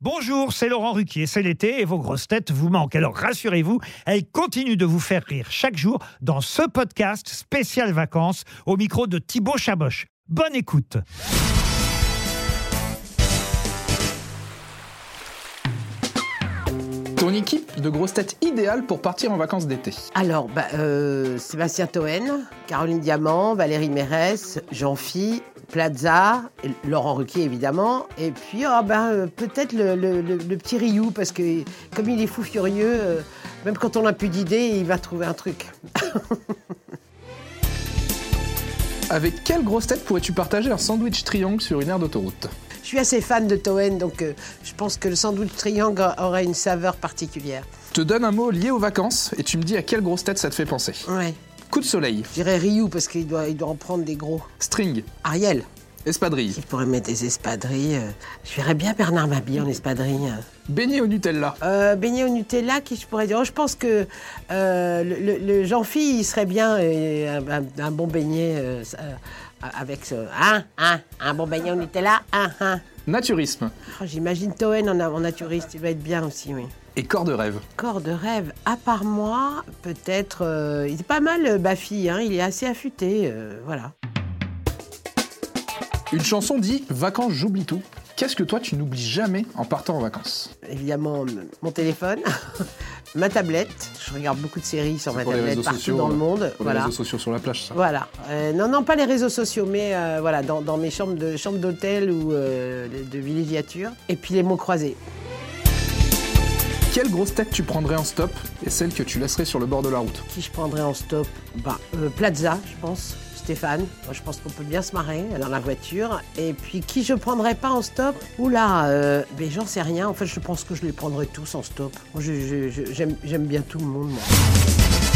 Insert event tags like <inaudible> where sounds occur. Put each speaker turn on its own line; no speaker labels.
Bonjour, c'est Laurent Ruquier, c'est l'été et vos grosses têtes vous manquent. Alors rassurez-vous, elles continuent de vous faire rire chaque jour dans ce podcast spécial vacances au micro de Thibaut Chaboch. Bonne écoute.
Ton équipe de grosses têtes idéale pour partir en vacances d'été.
Alors, bah, euh, Sébastien Toen, Caroline Diamant, Valérie Mérès, Jean-Phi, Plaza, et Laurent Ruquier évidemment, et puis ah bah, euh, peut-être le, le- le- le petit Riou, parce que comme il est fou furieux, euh, même quand on n'a plus d'idées, il va trouver un truc.
Avec quelle grosse tête pourrais-tu partager un sandwich triangle sur une aire d'autoroute
Je suis assez fan de Toen, donc euh, je pense que le sandwich triangle aura une saveur particulière.
Te donne un mot lié aux vacances et tu me dis à quelle grosse tête ça te fait penser.
Ouais.
Coup de soleil,
Je dirais Riou, parce qu'il doit, il doit en prendre des gros.
string,
Ariel,
espadrille,
il pourrait mettre des espadrilles. euh, Je verrais bien Bernard Mabille en espadrille. euh.
beignet au Nutella,
Euh, beignet au Nutella, qui je pourrais dire Oh, Je pense que euh, le, le- le Jean-Fille, il serait bien euh, un, un- un bon beignet euh, ça, euh, avec ce. Hein, hein, un bon beignet au Nutella, hein, hein.
naturisme
Oh, J'imagine Toen en, en naturiste, il va être bien aussi, oui.
et corps de rêve.
Corps de rêve, à part moi, peut-être. euh, il est pas mal, euh, Bafi, hein, il est assez affûté, euh, voilà.
Une chanson dit Vacances, j'oublie tout. Qu'est-ce que toi tu n'oublies jamais en partant en vacances
évidemment m- mon téléphone, <laughs> ma tablette. Je regarde beaucoup de séries sur ma
Pour les réseaux
tablette partout
sociaux.
dans le monde.
Pour les
Voilà.
réseaux sociaux sur la plage, ça.
Voilà. Euh, non, non, pas les réseaux sociaux, mais euh, voilà, dans, dans mes chambres de chambres d'hôtel ou euh, de villégiature. Et puis les mots croisés.
Quelle grosse tête tu prendrais en stop et celle que tu laisserais sur le bord de la route
Qui je prendrais en stop bah, euh, Plaza, je pense. Stéphane, Moi, je pense qu'on peut bien se marrer dans la voiture. Et puis qui je prendrais pas en stop Oula, euh, mais j'en sais rien. En fait, je pense que je les prendrais tous en stop. Moi, je- je- je- J'aime j'aime bien tout le monde, moi.